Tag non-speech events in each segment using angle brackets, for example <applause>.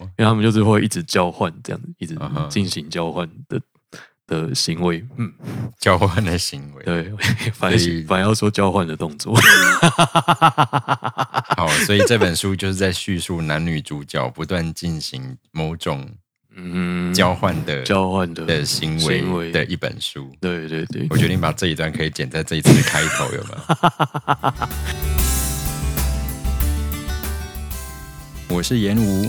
因为他们就是会一直交换，这样一直嗯哼进行交换的、的行为。嗯，交换的行为。对， <laughs> 反正反正要说交换的动 <laughs> 作，好，所以这本书就是在叙述男女主角不断进行某种嗯，交换的、交换的的行为行为的一本书。对对对我，决定把这一段可以剪在这一次的开头，有吗？ <laughs> 我是严吴，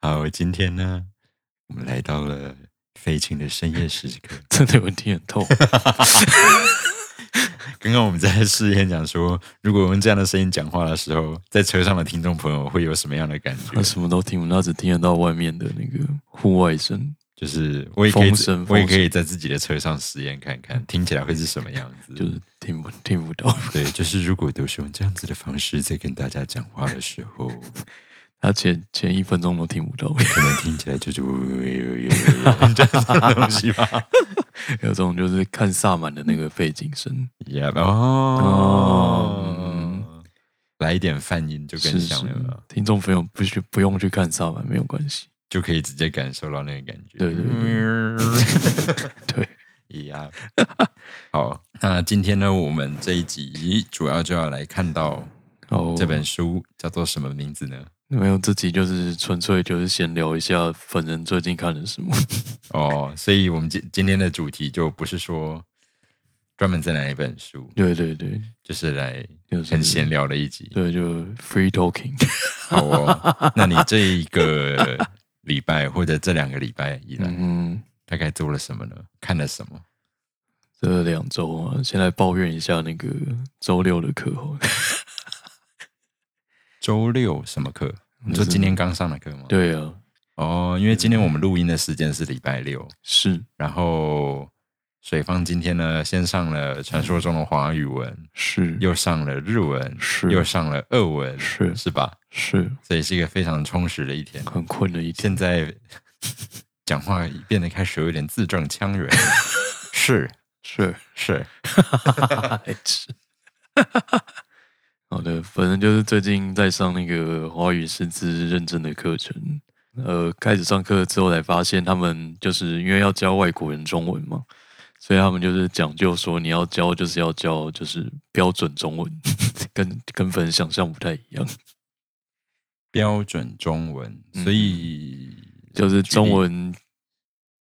好，今天呢，我们来到了废青的深夜时刻。 <laughs> 真的有点 <laughs> 痛。刚刚我们在试验讲说，如果我用这样的声音讲话的时候，在车上的听众朋友会有什么样的感觉他？什么都听不到，只听得到外面的那个户外声。就是我也可以风声，我也风声可以在自己的车上实验看看，听起来会是什么样子？就是听不听不到。对，就是如果都是用这样子的方式在跟大家讲话的时候，他前前一分钟都听不到， <laughs> 可能听起来就是这样子的东西吧。有种就是看萨满的那个背景声。 Yeah，哦哦嗯，来一点泛音就更是是像了嘛，，听众朋友不去不用去看萨满，没有关系。就可以直接感受到那个感觉。嗯对对 <laughs> 对，一样。 <laughs> 好，那今天呢，我们这一集主要就要来看到哦，这本书叫做什么名字呢？没有自己就是纯粹就是闲聊一下本人最近看了什么。 <laughs> 哦，所以我们今今天的主题就不是说专门在哪一本书，对对对，就是来就是很闲聊的一集。 <laughs> 对就 free talking。好哦，那你这一个礼拜或者这两个礼拜以来，嗯，大概做了什么呢？看了什么？这两周啊，先来抱怨一下那个周六的课后。 <laughs> 周六什么课？你说今天刚上的课吗？。嗯对啊，哦，因为今天我们录音的时间是礼拜六，是然后水方今天呢，先上了传说中的华语文，是又上了日文，嗯是又上了俄文，是是吧？是所以是一个非常充实的一天。很困的一天。现在 <laughs> 讲话变得开始有一点字正腔 <laughs> 圆，是是，是，白痴。好的，反正就是最近在上那个华语师资认证的课程。呃，开始上课之后才发现，他们就是因为要教外国人中文嘛，所以他们就是讲究说你要教就是要教就是标准中文， <laughs> 跟跟本人想象不太一样，标准中文，嗯所以就是举例中文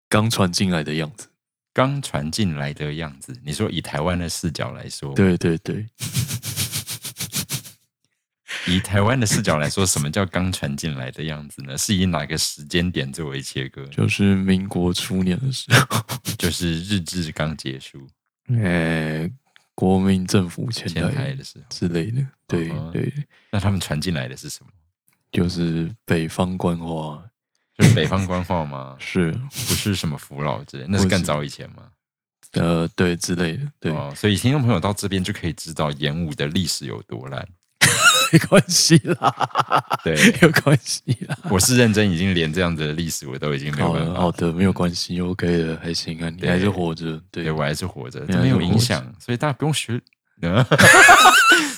刚传进来的样子。刚传进来的样子。你说以台湾的视角来说，对对对，以台湾的视角来说，什么叫刚传进来的样子呢？是以哪个时间点作为切割？就是民国初年的时候。就是日治刚结束呃，国民政府前前台台的时候，之类的，对嗯哼对，那他们传进来的是什么？就是北方官话？就是北方官话吗 <laughs> 是不是什么福佬之类，那是不是更早以前吗？呃对之类的，对，哦，所以听众朋友到这边就可以知道演武的历史有多 <laughs> 烂。没关系啦，对，有关系啦。我是认真，已经连这样子的历史我都已经没有好办的，法。好的，没有关系，OK 的，还行啊，你对还是活着，对对，，我还是活着，你这还没是有活影着响，所以大家不用学。嗯 <laughs>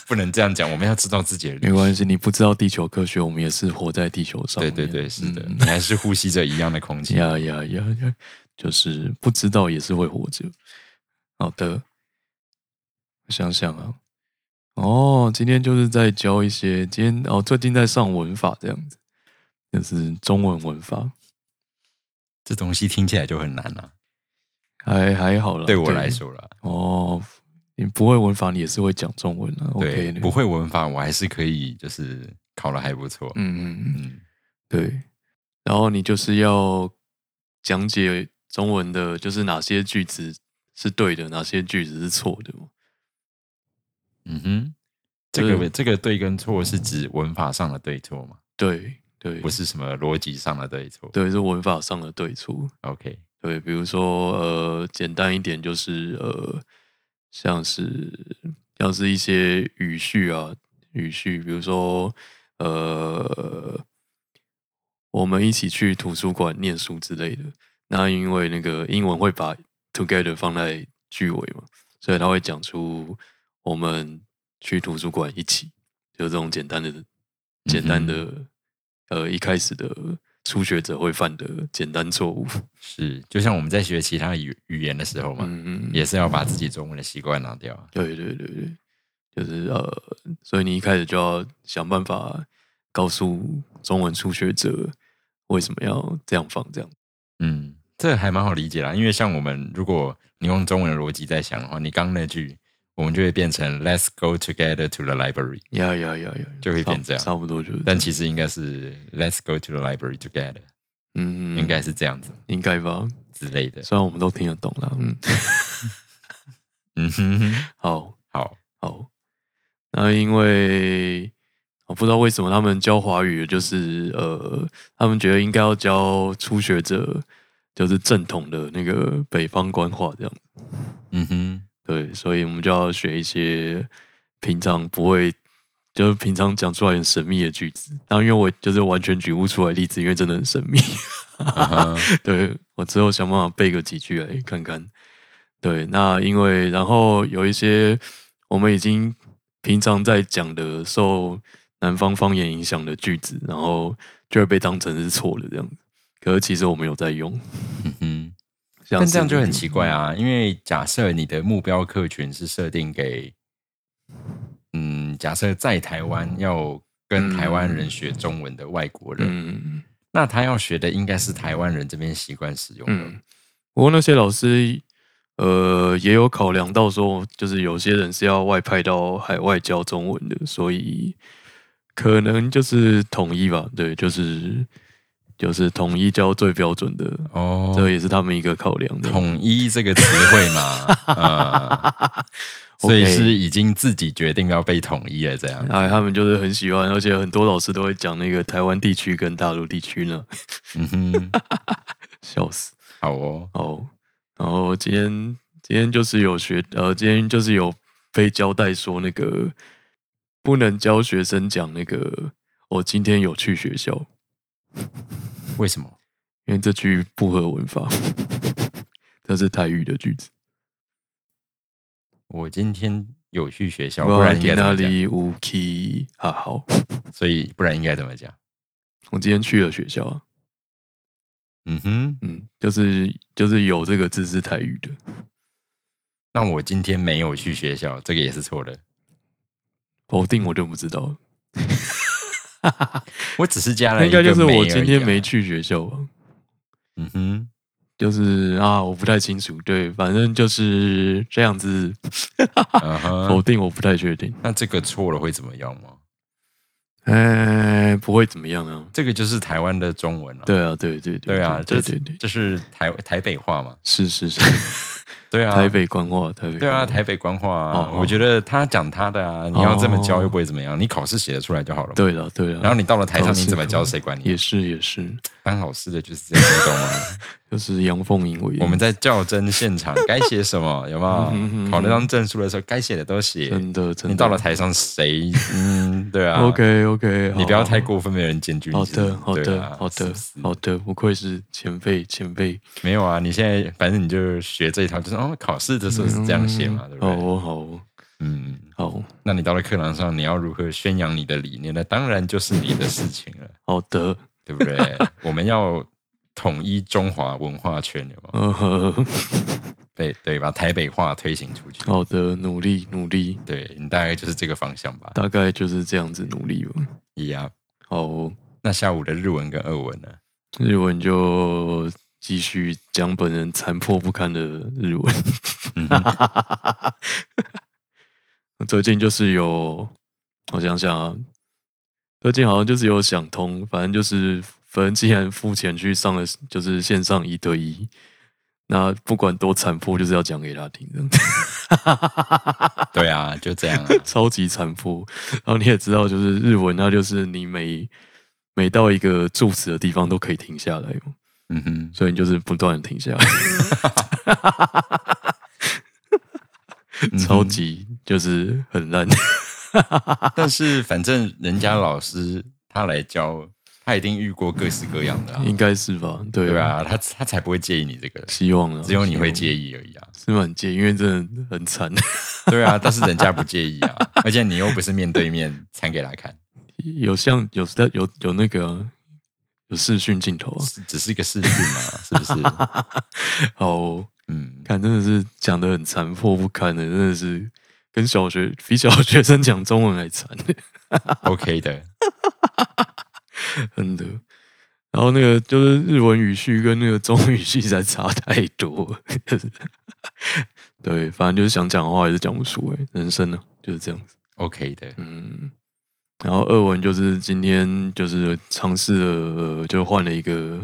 不能这样讲，我们要知道自己的历没史。关系，你不知道地球科学，我们也是活在地球上对面，对对，是的，嗯你还是呼吸着一样的空气。呀呀呀呀，就是不知道也是会活着。好的，我想想啊，哦，今天就是在教一些，今天哦最近在上文法这样子，就是中文文法，这东西听起来就很难啊，还还好啦。对我来，说啦，哦，你不会文法，你也是会讲中文啊。对 OK，的不，会文法我还是可以，就是考的还不错。嗯嗯嗯，嗯，对。然后你就是要讲解中文的，就是哪些句子是对的，哪些句子是错的嘛。嗯哼，这对个这个对跟错是指文法上的对错吗？对对，不是什么逻辑上的对错。对，是文法上的对错。 OK，对，比如说呃，简单一点就是呃，像是像是一些语序啊，语序，比如说呃，我们一起去图书馆念书之类的。那因为那个英文会把 together 放在句尾嘛，所以他会讲出我们去图书馆一起，就这种简单的、简单的、呃一开始的初学者会犯的简单错误。是就像我们在学其他语语言的时候嘛，嗯，也是要把自己中文的习惯拿掉啊。对对对对，就是呃，所以你一开始就要想办法告诉中文初学者为什么要这样放这样。嗯，这还蛮好理解啦，因为像我们，如果你用中文的逻辑在想的话，你刚刚那句，我们就会变成 Let's go together to the library，呀呀呀呀，就会变这样差不多就是这样。但其实应该是 Let's go to the library together，、嗯，应该是这样子应该吧，之类的。虽然我们都听得懂啦。嗯，嗯哼哼，好好，好，那因为。我不知道为什么他们教华语，就是呃，他们觉得应该要教初学者，就是正统的那个北方官话这样。嗯哼，对，所以我们就要学一些平常不会，就是平常讲出来很神秘的句子。然后因为我就是完全举不出来例子，因为真的很神秘。啊哈 <laughs> 对我之后想办法背个几句来看看。对，那因为然后有一些我们已经平常在讲的受南方方言影响的句子，然后就会被当成是错的这样子。可是其实我们有在用，嗯哼，像但这样是就很奇怪嗯啊，因为假设你的目标客群是设定给，嗯，假设在台湾要跟台湾人学中文的外国人，嗯。那他要学的应该是台湾人这边习惯使用的。嗯，不过那些老师，呃，也有考量到说，就是有些人是要外派到海外教中文的，所以可能就是统一吧，对，就是就是统一教最标准的，哦，这也是他们一个考量的。 <laughs> 统一这个词汇嘛，呃，所以 OK 是已经自己决定要被统一了，<laughs> 这样。哎，他们就是很喜欢，而且很多老师都会讲那个台湾地区跟大陆地区呢， <laughs> 嗯哼，笑死。好哦，哦，然后今天呃今天就是有学呃，今天就是有被交代说那个不能教学生讲那个我、今天有去学校，为什么？因为这句不合文法， <laughs> 这是台语的句子。我今天有去学校，哦不我然应该怎那么讲？里乌 k 啊，好，所以不然应该怎么讲？我今天去了学校啊，嗯哼，嗯，就是就是有这个字是台语的，那我今天没有去学校，这个也是错的。否定我就不知道了，我只是加了那一应个、该就是我今天没。去学校啊吧。啊 <laughs> 嗯哼，就是啊，我不太清楚，对，反正就是这样子。嗯哼，否定我不太确定，那这个错了会怎么样吗？哎、不会怎么样啊。这个就是台湾的中文啊。对啊，对对对，对啊，对这对是对，这是台台北话嘛？是是是， <laughs> 对啊，台北官话，台北对啊，官话台北官话、啊，哦哦我觉得他讲他的啊，你要这么教哦又不会怎么样，你考试写得出来就好了嘛。对了对了，然后你到了台上，考试你怎么教谁管你也？是也是，当老师的就是这样，你 <laughs> 懂吗？就是阳奉阴违，啊我们在较真现场该写什么，有没嗯哼有？考那张证书的时候，该写的都写。真的真的，你到了台上，谁？嗯，对啊。 <laughs> OK OK，你不要太。过分，没有人监督你啊好是不是。的，好对的，啊好是的不是，好的，不愧是前辈，前辈，没有啊，你现在反正你就学这一套，就是哦，考试的时候是这样写嘛，嗯对不好对？哦，好哦，嗯，好哦，那你到了课堂上，你要如何宣扬你的理念呢？当然就是你的事情了。好的，<laughs> 对不对？我们要统一中华文化圈，有没有？呃呵，对对，把台北话推行出去。好的，努力努力，对你大概就是这个方向吧。大概就是这样子努力吧。一样。好哦，那下午的日文跟俄文 <laughs> 呢？日文就继续讲本人残破不堪的日文。嗯哼 <laughs> 最近就是有，我想想啊，最近好像就是有想通，反正就是，反正既然付钱去上了，就是线上一对一，那不管多残破，就是要讲给他听，这样对啊，就这样啊。 <laughs> 超级残破。然后你也知道，就是日文，它就是你每每到一个助词的地方都可以停下来嘛，嗯哼，所以你就是不断的停下来，嗯哼超。级就是很烂。 <laughs> 但是反正人家老师他来教，他一定遇过各式各样的、啊，应该是吧？对对，啊，他他才不会介意你这个，希望啊，只有你会希介意而已啊。望，是蛮介意，因为真的很惨， <laughs> 对啊，但是人家不介意啊，而且你又不是面对面传给他看，有像有在有有那个啊、有视讯镜头 <laughs> 啊，是只是一个视讯嘛，是不是？好嗯，看，真的是讲的很残破不堪的，真的是跟小学比小学生讲中文还惨， OK 的，真的。然后那个就是日文语序跟那个中文语序实在差太多了， <laughs> 对，反正就是想讲话也是讲不出来，人生呢、就是这样子， OK 的，嗯。然后二文就是今天就是尝试了，呃就换了一个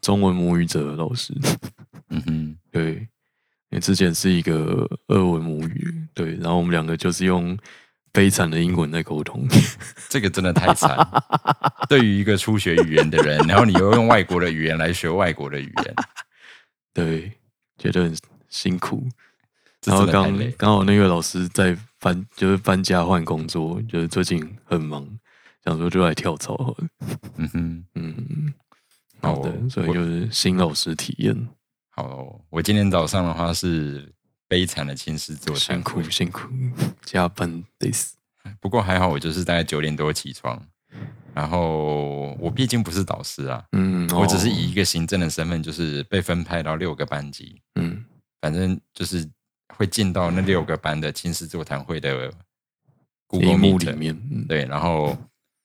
中文母语者的老师， <laughs> 嗯哼，对，因为之前是一个俄文母语，对，然后我们两个就是用悲惨的英文在沟通， <laughs> 这个真的太惨。对于一个初学语言的人，然后你又用外国的语言来学外国的语言，对，觉得很辛苦。这然后真的太刚累。刚好那个老师在搬，就是搬家换工作，就是最近很忙，想说就来跳槽好了。嗯哼，嗯，好好的，哦所以我就是新老师体验，好哦，我今天早上的话是悲惨的亲事座辛谈苦会，辛苦，加班得死。不过还好我就是大概九点多起床，然后我毕竟不是导师啊，嗯，我只是哦以一个行政的身份，就是被分派到六个班级，嗯反正就是会进到那六个班的亲师座谈会的 Google 荧幕 Meet 里面，嗯，对，然后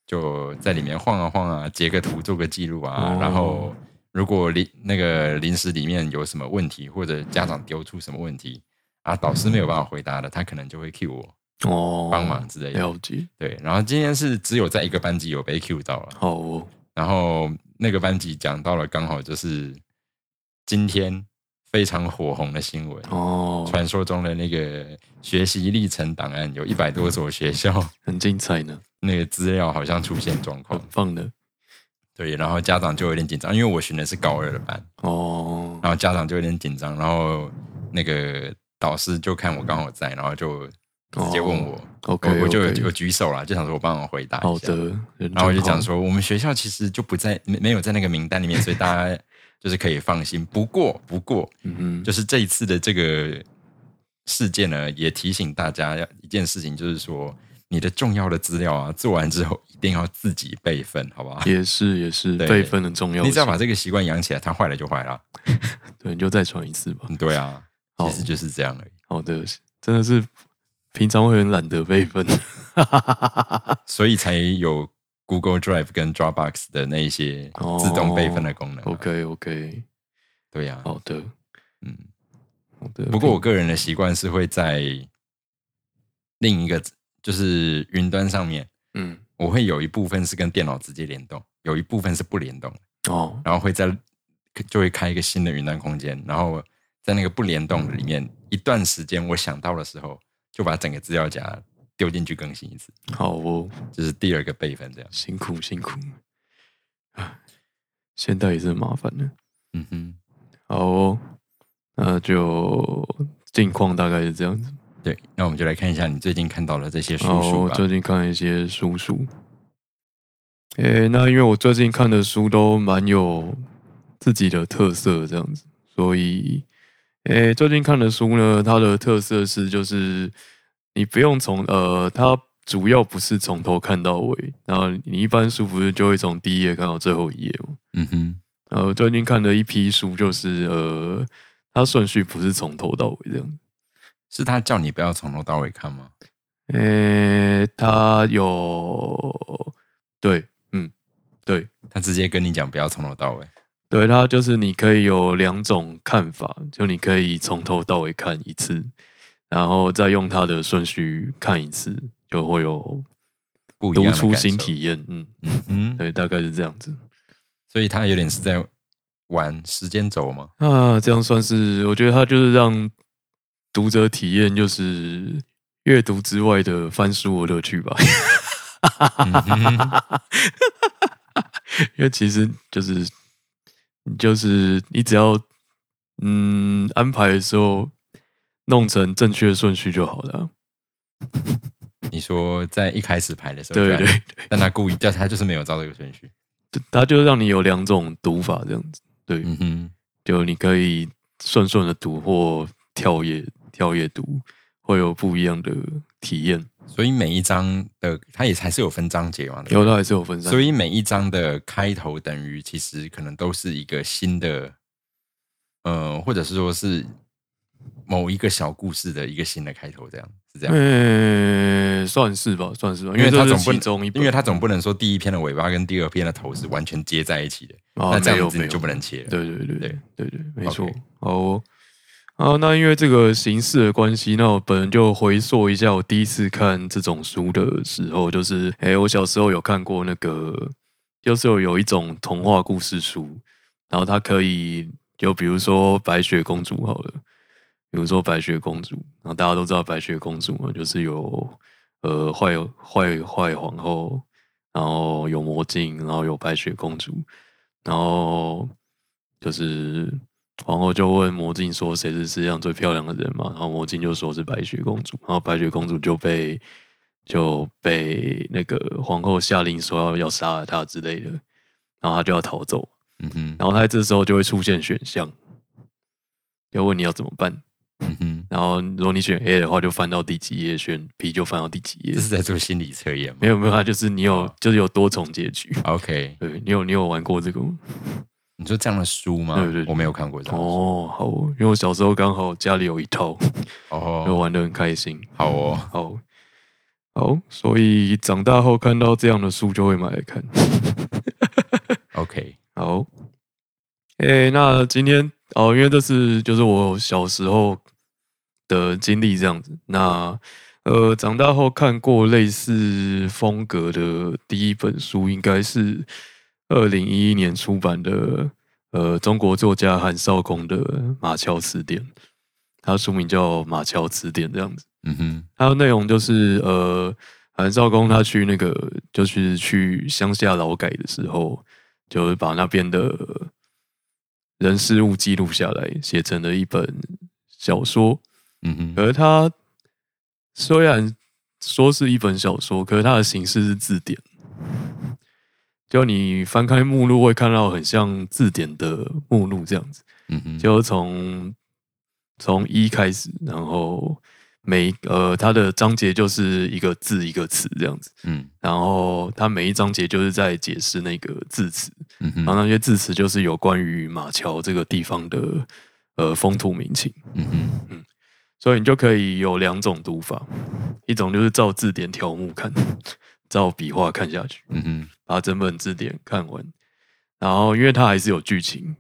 就在里面晃啊晃啊，截个图做个记录啊，哦然后如果临那个临时里面有什么问题，或者家长丢出什么问题啊，导师没有办法回答的，他可能就会 cue 我哦，帮忙之类的。了解，对，然后今天是只有在一个班级有被 cue 到了，好哦，然后那个班级讲到了刚好就是今天非常火红的新闻。哦，传说中的那个学习历程档案，有一百多所学校很精彩呢，那个资料好像出现状况很，棒的对，然后家长就有点紧张，因为我选的是高二的班，哦，然后家长就有点紧张，然后那个导师就看我刚好在，然后就直接问我，哦 OK，我我就有 OK 哦有举手啦，就想说我帮忙回答一下，好的，人真然后我就好讲，说我们学校其实就不在没没有在那个名单里面，所以大家就是可以放心。不过不过，嗯哼，就是这一次的这个事件呢，也提醒大家要一件事情，就是说你的重要的资料啊，做完之后一定要自己备份，好不好？也是也是对备份的重要你性，只要把这个习惯养起来，它坏了就坏了。对，你就再传一次吧。嗯对啊，哦好其实就是这样而已。好的，真的是平常会很懒得备份，所以才有 Google Drive 跟 Dropbox 的那一些哦自动备份的功能啊、 OK OK，对呀、啊，好的，嗯。好的。不过我平个人的习惯是会在另一个就是云端上面，嗯我会有一部分是跟电脑直接联动，有一部分是不联动，哦然后会在就会开一个新的云端空间，然后在那个不联动的里面一段时间，我想到的时候就把整个资料夹丢进去更新一次，好哦，这、是第二个备份这样。辛苦辛苦，唉现在也是很麻烦的。嗯哼。好哦，那就近况大概是这样子。对，那我们就来看一下你最近看到的这些叔然叔后吧。哦最近看一些书书。诶、那因为我最近看的书都蛮有自己的特色，这样子，所以，诶、最近看的书呢，它的特色是就是你不用从呃，它主要不是从头看到尾，然后你一般书不是就会从第一页看到最后一页吗？嗯哼，然后最近看的一批书就是呃，它顺序不是从头到尾这样子。是他叫你不要从头到尾看吗？诶、他有对，嗯，对，他直接跟你讲不要从头到尾。对，他就是你可以有两种看法，就你可以从头到尾看一次，然后再用它的顺序看一次，就会有不一样读的出感新受体验。 <laughs> 嗯，嗯，对，大概是这样子。所以他有点是在玩时间轴吗？啊，这样算是，我觉得它就是让读者体验就是阅读之外的翻书的乐趣吧。嗯哼 <laughs> 因为其实就是就是你只要嗯安排的时候弄成正确的顺序就好了啊。你说在一开始排的时候，对对，对，但他故意，但他就是没有照这个顺序。它就让你有两种读法这样子。对，嗯哼，就你可以顺顺的读或跳页跳页读，会有不一样的体验。所以每一章的它也还是有分章节嘛，对不有对的还是有分散所，以每一章的开头等于其实可能都是一个新的，呃，或者是说是某一个小故事的一个新的开头，这样是这样。呃、算是吧，算是吧，因为这它是总不其能中一本，因为它总不能说第一篇的尾巴跟第二篇的头是完全接在一起的，啊那没这样有子没你有就不能切了。对对对对对对对，没 OK 错。好哦，啊，那因为这个形式的关系，那我本人就回溯一下我第一次看这种书的时候，就是诶，我小时候有看过那个，就是有有一种童话故事书，然后它可以就比如说白雪公主好了，比如说白雪公主，然后大家都知道白雪公主嘛，就是有呃坏坏坏皇后，然后有魔镜，然后有白雪公主，然后就是皇后就问魔镜说谁是世界上最漂亮的人嘛，然后魔镜就说是白雪公主，然后白雪公主就被就被那个皇后下令说要要杀了她之类的，然后她就要逃走，嗯哼，然后她这时候就会出现选项，要问你要怎么办，嗯哼，然后如果你选 A 的话就翻到第几页，选 B 就翻到第几页这，是哦在做心理测验吗没有没有，它就是你有就是有多重结局， ？OK，对你有你有玩过这个吗？你说这样的书吗？对对对我没有看过这样的书。哦，好哦，因为我小时候刚好家里有一套，就哦，玩的很开心。好哦，好，好，所以长大后看到这样的书就会买来看。 OK，好，诶、那今天哦，因为这是就是我小时候的经历这样子。那呃，长大后看过类似风格的第一本书，应该是二零一一年出版的呃中国作家韩少功的《马桥词典》，它书名叫《马桥词典》这样子。嗯哼，它的内容就是呃，韩少功他去那个就是去乡下劳改的时候，就是把那边的人事物记录下来，写成了一本小说。嗯哼，而它虽然说是一本小说，可是它的形式是字典。就你翻开目录会看到很像字典的目录这样子，嗯哼，就从从一开始，然后每一呃它的章节就是一个字一个词这样子，嗯然后它每一章节就是在解释那个字词，嗯然哼，后那些字词就是有关于马桥这个地方的呃风土民情，嗯哼，所以你就可以有两种读法，一种就是照字典条目看， <laughs> 照笔画看下去，嗯哼，把啊整本字典看完。然后，因为它还是有剧情，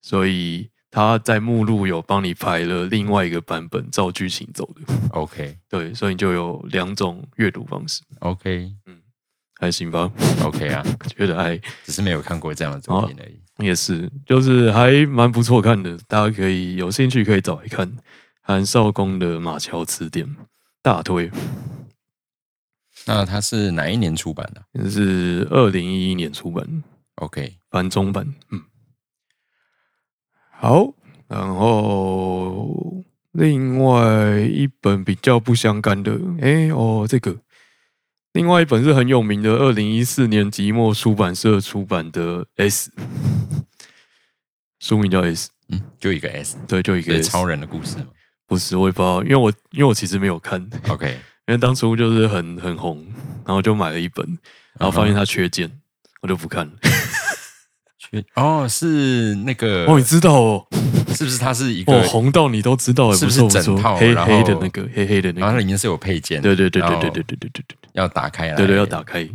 所以它在目录有帮你排了另外一个版本照剧情走的。 OK 对，所以你就有两种阅读方式， OK 还行吧？ OK 啊，觉得还只是没有看过这样的哦作品而已。也是，就是还蛮不错看的，大家可以有兴趣可以找来看韩少功的《马桥词典》，大推，那它是哪一年出版的这是二零一一年出版。 ？OK，繁中版，嗯，好，然后另外一本比较不相干的，诶，哦，这个，另外一本是很有名的，二零一四年即墨出版社出版的《S》，书名叫《S 嗯，就一个 S，》，对，就一个是 S, 超人的故事嘛。不是，我也不知道，因为我因为我其实没有看，因 <laughs> OK，为当初就是很很红，然后就买了一本，然后发现它缺件，我就不看 <laughs> 了。去哦，是那个，哦，你知道哦。是不是它是一哦，个，红到你都知道了，是不不是错不整错套黑然黑的后那个，黑黑的然那后它个，里面是有配件，对对对对对对对然后对对对对，要打开来，对对要打，开，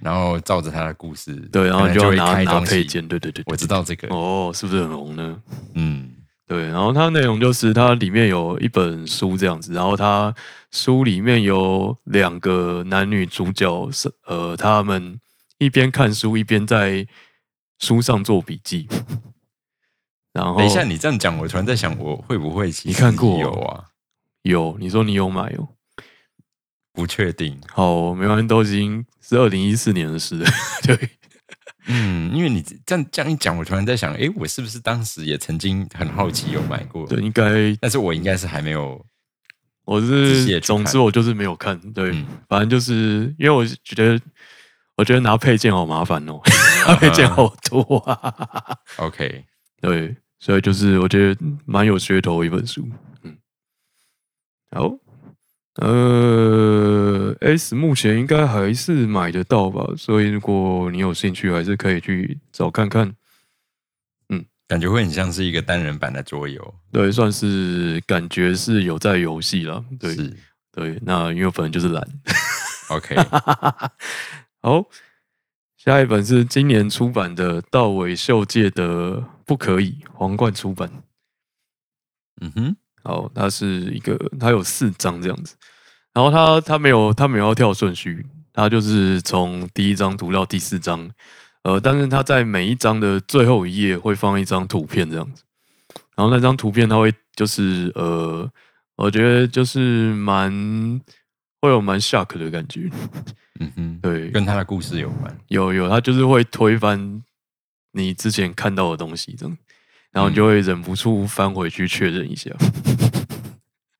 然后照着它的故事，对，然可后能你就要会拿开拿东西配，件，对对对，对我知道这个，哦，是不是很红呢？嗯对，然后它内容就是它里面有一本书这样子，然后它书里面有两个男女主角是呃，他们一边看书一边在书上做笔记，然后等一下，你这样讲，我突然在想，我会不会其实你看过有啊？有你说你有买哦，不确定， <laughs> 好，没关系，都已经是二零一四年的事了，对。嗯，因为你这样这样一讲，我突然在想，诶，我是不是当时也曾经很好奇有买过？对，应该但是我应该是还没有。我仔细是地去总之看我就是没有看，对，嗯反正就是因为我觉得我觉得拿配件好麻烦哦， <laughs> 拿配件好多啊， <laughs> OK，对，所以就是我觉得蛮有噱头的一本书，嗯，好，呃，S 目前应该还是买得到吧，所以如果你有兴趣，还是可以去找看看。感觉会很像是一个单人版的桌游。对，算是感觉是有在游戏了，对是对，那因为我本人就是懒， <laughs> OK，好，下一本是今年出版的道尾秀介的《不可以》，皇冠出版。嗯哼，好，它是一个，它有四章这样子。然后它它没有它没有要跳顺序，它就是从第一章读到第四章。呃，但是它在每一章的最后一页会放一张图片这样子。然后那张图片它会就是呃，我觉得就是蛮会有蛮 shock 的感觉。嗯哼，对，跟他的故事有关。有有，他就是会推翻你之前看到的东西，这样，然后嗯你就会忍不住翻回去确认一下。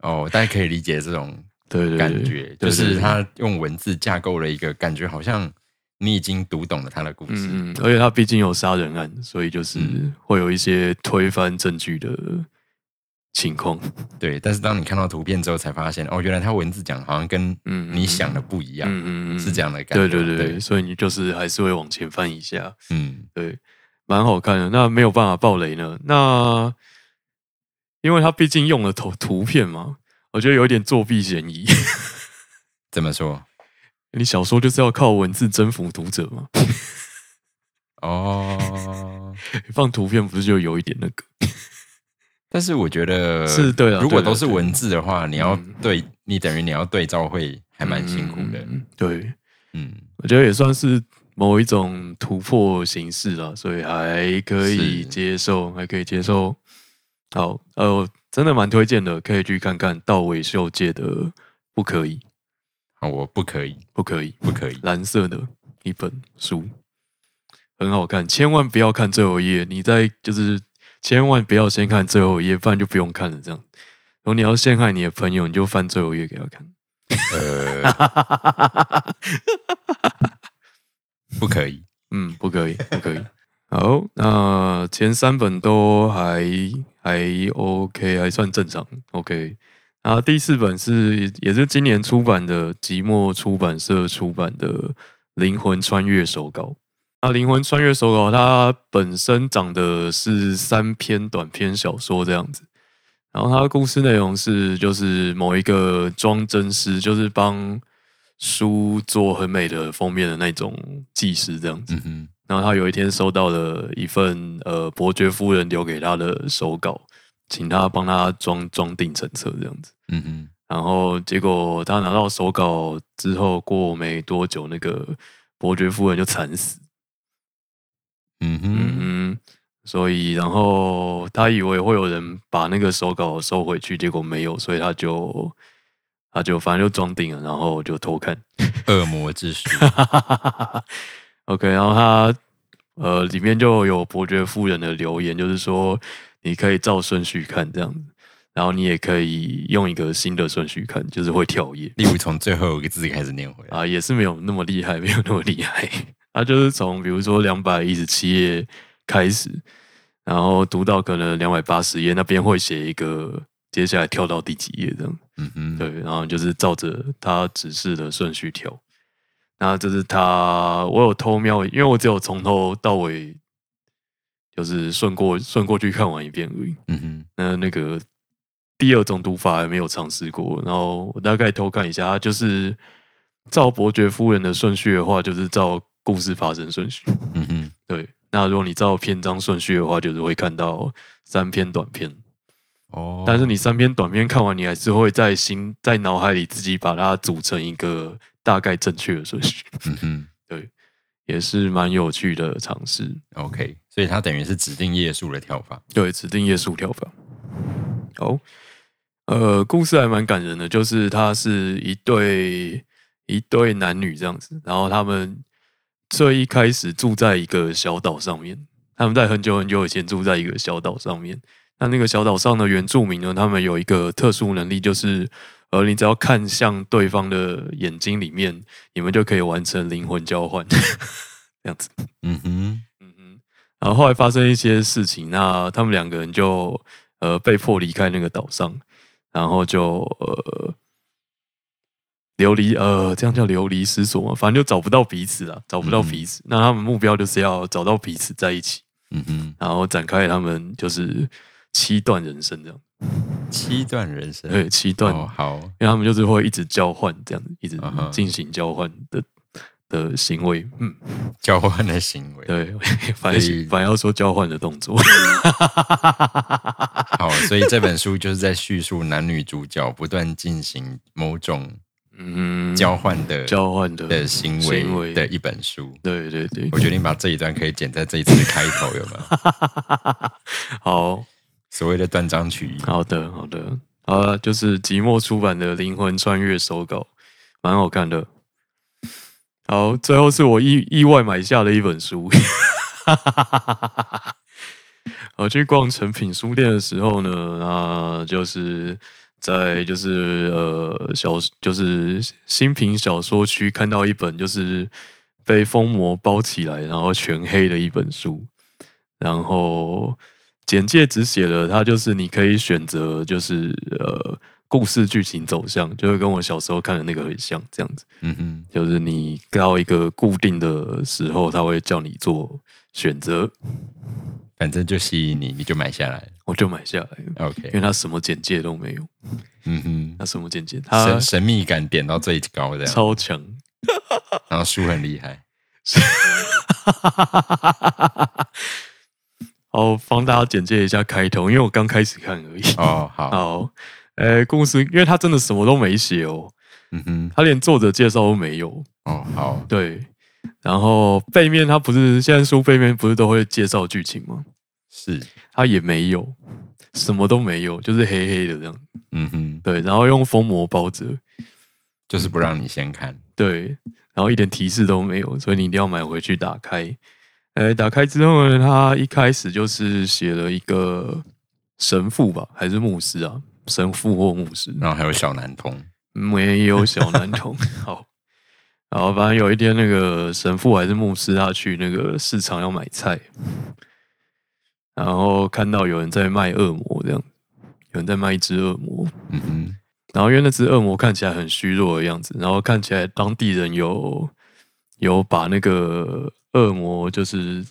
哦，大家可以理解这种对对对，感觉，对就是，对对他用文字架构了一个感觉，好像你已经读懂了他的故事。嗯嗯，而且他毕竟有杀人案，所以就是嗯会有一些推翻证据的情况。对，但是当你看到图片之后，才发现哦，原来他文字讲好像跟嗯嗯你想的不一样，嗯是这样的感对觉。对对对，，所以你就是还是会往前翻一下，嗯，对，蛮好看的。那没有办法爆雷呢，那因为他毕竟用了图图片嘛，我觉得有一点作弊嫌疑。 <laughs> 怎么说？你小说就是要靠文字征服读者嘛， <laughs> 哦，放图片不是就有一点那个？但是我觉得是对啊如果对啊都是对啊文字的话，你要嗯对你等于你要对照会还蛮辛苦的。嗯对，嗯，我觉得也算是某一种突破形式啦，所以还可以是接受，还可以接受。好，呃，真的蛮推荐的，可以去看看道尾秀介的《不可以，好，我不可以，不可以》，不 <laughs> 可以。蓝色的一本书，很好看，千万不要看最后一页。你在就是千万不要先看最后一页，不然就不用看了。这样，如果你要陷害你的朋友，你就翻最后一页给他看。呃，不可以。嗯，不可以， <laughs> 不可以。好，那前三本都还还 OK，还算正常 OK。然后第四本是也是今年出版的，即墨出版社出版的《灵魂穿越手稿》。那《灵魂穿越手稿》它本身长的是三篇短篇小说这样子，然后它的故事内容是就是某一个装帧师，就是帮书做很美的封面的那种技师这样子。嗯哼，然后他有一天收到了一份呃伯爵夫人留给他的手稿，请他帮他装装订成册这样子。嗯哼，然后结果他拿到手稿之后，过没多久，那个伯爵夫人就惨死。嗯嗯哼，嗯，所以然后他以为会有人把那个手稿收回去，结果没有，所以他就他就反正就装订了，然后就偷看。恶魔之书。 <laughs> OK，然后他呃里面就有伯爵夫人的留言，就是说你可以照顺序看这样子，然后你也可以用一个新的顺序看，就是会跳页例如从最后一个字开始念回来。啊，也是没有那么厉害，没有那么厉害。他就是从比如说两百一十七页开始，然后读到可能两百八十页那边会写一个，接下来跳到第几页这样。嗯哼，对，然后就是照着他指示的顺序跳。那这是他，我有偷瞄，因为我只有从头到尾，就是顺过顺过去看完一遍而已。嗯哼，那那个第二种读法还没有尝试过，然后我大概偷看一下，他就是照伯爵夫人的顺序的话，就是照故事发生顺序。嗯哼，对，那如果你照篇章顺序的话，就是会看到三篇短篇。哦，但是你三篇短片看完，你还是会在心在脑海里自己把它组成一个大概正确的顺序，嗯哼也是蛮有趣的尝试。 ，OK，所以它等于是指定页数的跳法。对，指定页数跳法。好，呃，故事还蛮感人的，就是他是一对一对男女这样子，然后他们最一开始住在一个小岛上面，他们在很久很久以前住在一个小岛上面。那那个小岛上的原住民呢，他们有一个特殊能力，就是呃，你只要看向对方的眼睛里面，你们就可以完成灵魂交换，这样子。嗯哼，嗯哼，然后后来发生一些事情，那他们两个人就呃被迫离开那个岛上，然后就呃流离呃这样叫流离失所嘛，反正就找不到彼此了，找不到彼此。那他们目标就是要找到彼此在一起，嗯哼，然后展开他们就是七段人生这样，七段人生，对，七段，哦，好，因为他们就是会一直交换这样子，一直嗯哼进行交换的。的行为，嗯，交换的行为，对， <laughs> 反正反正要说交换的动作，好，所以这本书就是在叙述男女主角不断进行某种嗯，交换 <laughs> 的、交换的的行为为的一本书。对对对我，决定把这一段可以剪在这一次的开头，有没 <laughs> 有？好所谓的断章取义。好的好的，好了，就是即墨出版的《灵魂穿越》手稿，蛮好看的。好，最后是我意意外买下的一本书。 <laughs> 我去逛成品书店的时候呢，那就是在就是呃小就是新品小说区看到一本就是被封膜包起来，然后全黑的一本书，然后简介只写了它就是你可以选择就是呃故事剧情走向，就会跟我小时候看的那个很像这样子。嗯哼，就是你到一个固定的时候，他会叫你做选择，反正就吸引你，你就买下来了。我就买下来了，因 OK，为他什么简介都没有，嗯他什么简介，哼，他神啊神秘感点到最高这样，超强，然后书很厉害。好，帮大家简介一下开头，因为我刚开始看而已。哦，好，好，呃，故事，因为他真的什么都没写哦，嗯哼，他连作者介绍都没有，哦，好，对。然后背面他不是现在书背面不是都会介绍剧情吗？是，他也没有，什么都没有，就是黑黑的这样。嗯哼，对，然后用封膜包着，就是不让你先看。对，然后一点提示都没有，所以你一定要买回去打开。呃，打开之后呢，他一开始就是写了一个神父吧，还是牧师啊？神父或牧师，然后还有小男童，没嗯有小男童。好，然后反正有一天，那个神父还是牧师，他去那个市场要买菜，然后看到有人在卖恶魔，这样，有人在卖一只恶魔，嗯哼，然后因为那只恶魔看起来很虚弱的样子，然后看起来当地人有有把那个恶魔就是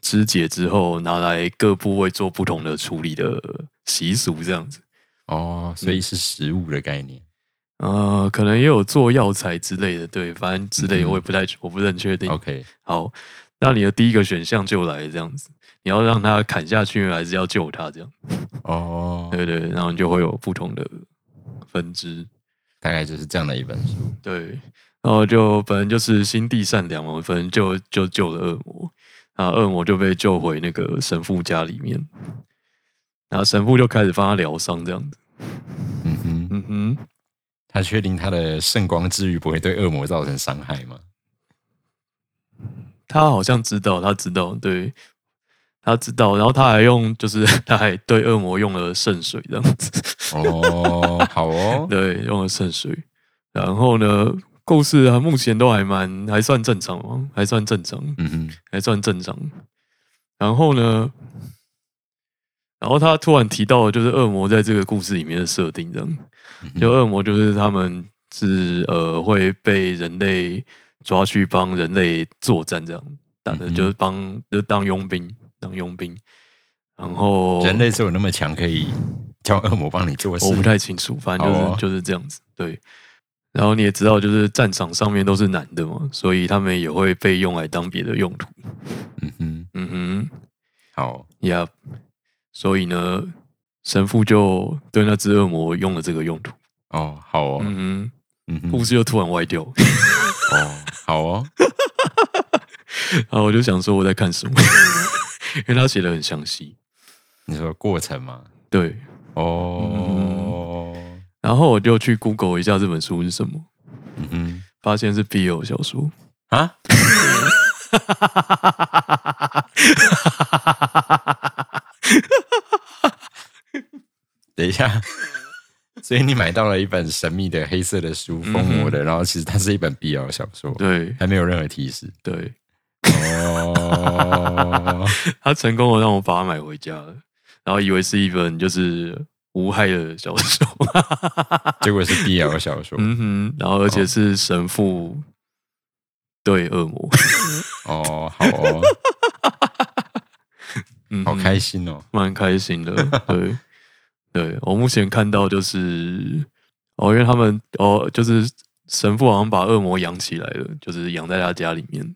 肢解之后拿来各部位做不同的处理的习俗这样子。哦，所以是食物的概念。呃，可能也有做药材之类的，对，反正之类嗯的哼我也不太我不是很确定。 OK，好，那你的第一个选项就来这样子，你要让他砍下去，还是要救他？这样，哦，对对，然后你就会有不同的分支。大概就是这样的一本书。对，然后就本来就是心地善良嘛，反正就就救了恶魔，啊，恶魔就被救回那个神父家里面，然后神父就开始帮他疗伤这样子，嗯哼，嗯哼，他确定他的圣光之愈不会对恶魔造成伤害吗？他好像知道，他知道，对，他知道，然后他还用就是 <laughs> 他还对恶魔用了圣水这样子，哦，好哦， <laughs> 对，用了圣水，然后呢，故事啊目前都还蛮还算正常嘛，还算正常，嗯哼，还算正常。然后呢，然后他突然提到，就是恶魔在这个故事里面的设定，这样，嗯就恶魔就是他们是呃会被人类抓去帮人类作战，这样打的嗯哼就是帮就当佣兵，当佣兵。然后嗯人类是有那么强，可以叫恶魔帮你做事哦我？不太清楚，反正就是、好哦就是这样子，对。然后你也知道，就是战场上面都是男的嘛，所以他们也会被用来当别的用途。嗯哼，嗯哼，好，呀，所以呢，神父就对那只恶魔用了这个用途。哦，好哦，嗯嗯哼，哼，故事又突然歪 <laughs> 掉，哦，好哦，然后我就想说我在看 <laughs> 什么，因为他写的很详细。你说过程吗？对，哦，然后我就去 Google 一下这本书是什么，嗯哼， <laughs> 发现是 BL 小说。啊，等一下，所以你买到了一本神秘的黑色的书，封嗯膜的，然后其实它是一本 BL 小说，对还没有任何提示。对，哦，他成功的让我把它买回家了，然后以为是一本就是无害的小说， <laughs> 结果是 BL 小说。嗯哼，然后而且是神父对恶魔，哦，好哦，嗯好哼开心哦。蛮开心的。对， <laughs> 对我目前看到就是哦，因为他们哦，就是神父好像把恶魔养起来了，就是养在他家里面，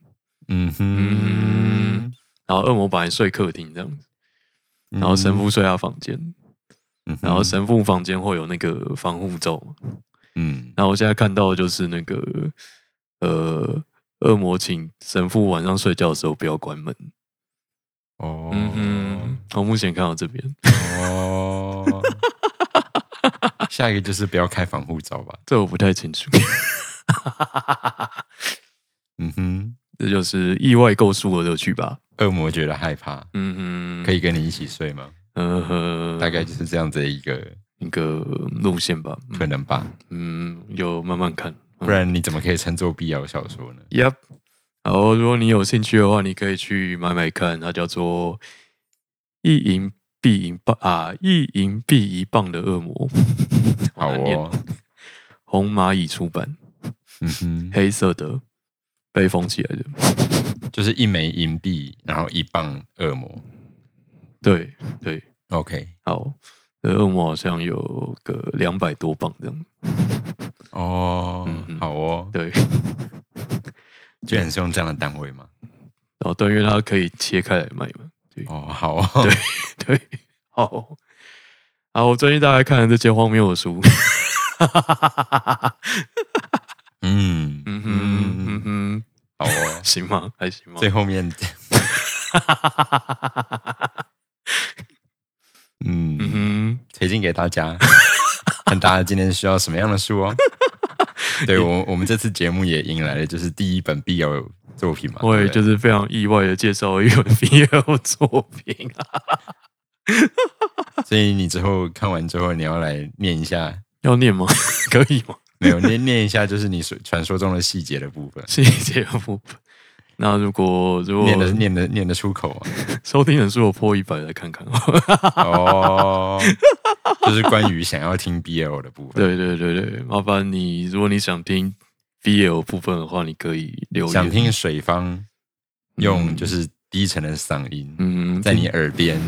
嗯哼嗯，然后恶魔本来睡客厅这样子，然后神父睡他房间，嗯哼，然后神父房间会有那个防护罩嘛，嗯，然后我现在看到的就是那个呃。恶魔请神父晚上睡觉的时候不要关门。哦，嗯嗯，我目前看到这边，哦，下一个就是不要开防护罩吧。这我不太清楚。 <laughs> 嗯哼，这就是意外购书的乐趣吧。恶魔觉得害怕，嗯哼，可以跟你一起睡吗？呃呵，大概就是这样子的一个一个路线吧。嗯可能吧，嗯，有慢慢看。不然你怎么可以称作必要小说呢？ Yep。然后，如果你有兴趣的话，你可以去买买看，它叫做“一银必一棒”啊，“一银必一棒”的恶 <laughs> 魔。好难念哦，红蚂蚁出版，嗯 <laughs> 哼，黑色的，被封起来的。就是一枚银币，然后一棒恶魔。对对， OK，好。这恶魔好像有个两百多磅这样。哦嗯，哼好哦，对。居然是用这样的单位吗？哦，对，因为它可以切开来卖嘛。 <laughs> 哦，好哦，对，好，好，我最近大概看了这些荒谬的书。嗯嗯哼，嗯嗯嗯，哼，好 <laughs> 哦，行吗？还行吗？最后 <laughs> 面，嗯，嗯推荐给大 <laughs> 家，看大家今天需要什么样的书 <laughs> 哦。对我，我们这次节目也迎来了就是第一本必要作品嘛，哼，我也对不就对是非常意外的介绍了 <laughs> 一本 BL 作品啊，所以你之后看完之后，你要来念一下， <laughs> 要念吗？ <laughs> 可以吗？没有念念一下，就是你所传说中的细节的部分，谢谢部分。那如果如果念的念的念得出口 <laughs> 啊。收听人数有破一百，来看看。哦，就是关于想要听 BL 的部分， <laughs> 对对对对，麻烦你，如果你想听 BL 部分的话，你可以留言。想听水方用就是低沉的嗓音，嗯，在你耳边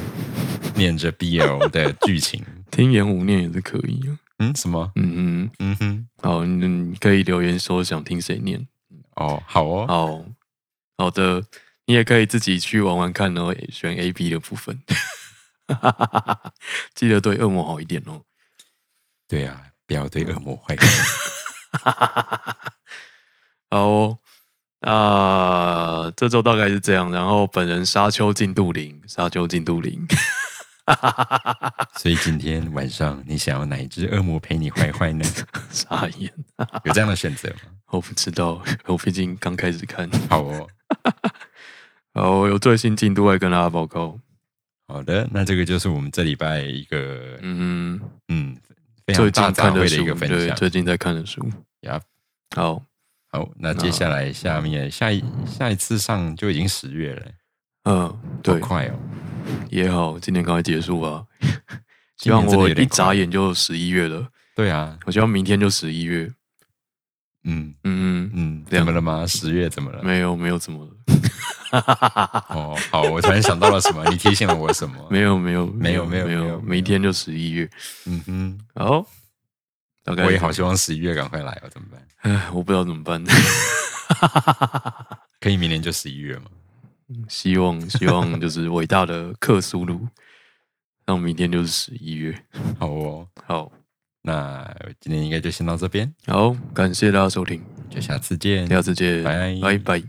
念着 <laughs> BL 的剧情。听演武念也是可以啊。嗯，什么？嗯嗯哼，哼，好，你你可以留言说想听谁念。哦，好哦，好好的，你也可以自己去玩玩看哦，选 A B 的部分。 <laughs> 记得对恶魔好一点哦。对啊，不要对恶 <laughs> 魔坏。好哦，啊、这周大概是这样。然后本人沙丘进度零，沙丘进度零。 <laughs> 所以今天晚上你想要哪一只恶魔陪你坏坏呢？傻眼，有这样的选择吗？我不知道，我毕竟刚开始看。好哦，好，有最新进度来跟大家报告。好的，那这个就是我们这礼拜一个嗯哼。嗯非常最大近杂看烩的的书一个，分对，享。最近在看的书。 Yup 好，好，那接下来下面下一下一次上就已经十月了，嗯，好对，快哦！也好，今年赶快结束吧。希 <laughs> 今年望真的我有点一快眨眼就十一月了，对啊，我希望明天就十一月。嗯嗯嗯，嗯，这样怎么了吗？十月怎么了？没有没有怎么了，哦，好，我突然想到了 <laughs> 什么，你提醒了我什么？没有没有没有没没有没有明天就十一月。嗯哼，好，大概我也好希望十一月赶快来哦，怎么办？唉，我不知道怎么办。 <laughs> 可以明年就十一月吗？希望希 <laughs> 望就是伟大的克苏鲁，让明天就是十一月。好哦，好，那今天应该就先到这边，好，感谢大家收听，就下次见，下次见，拜拜拜。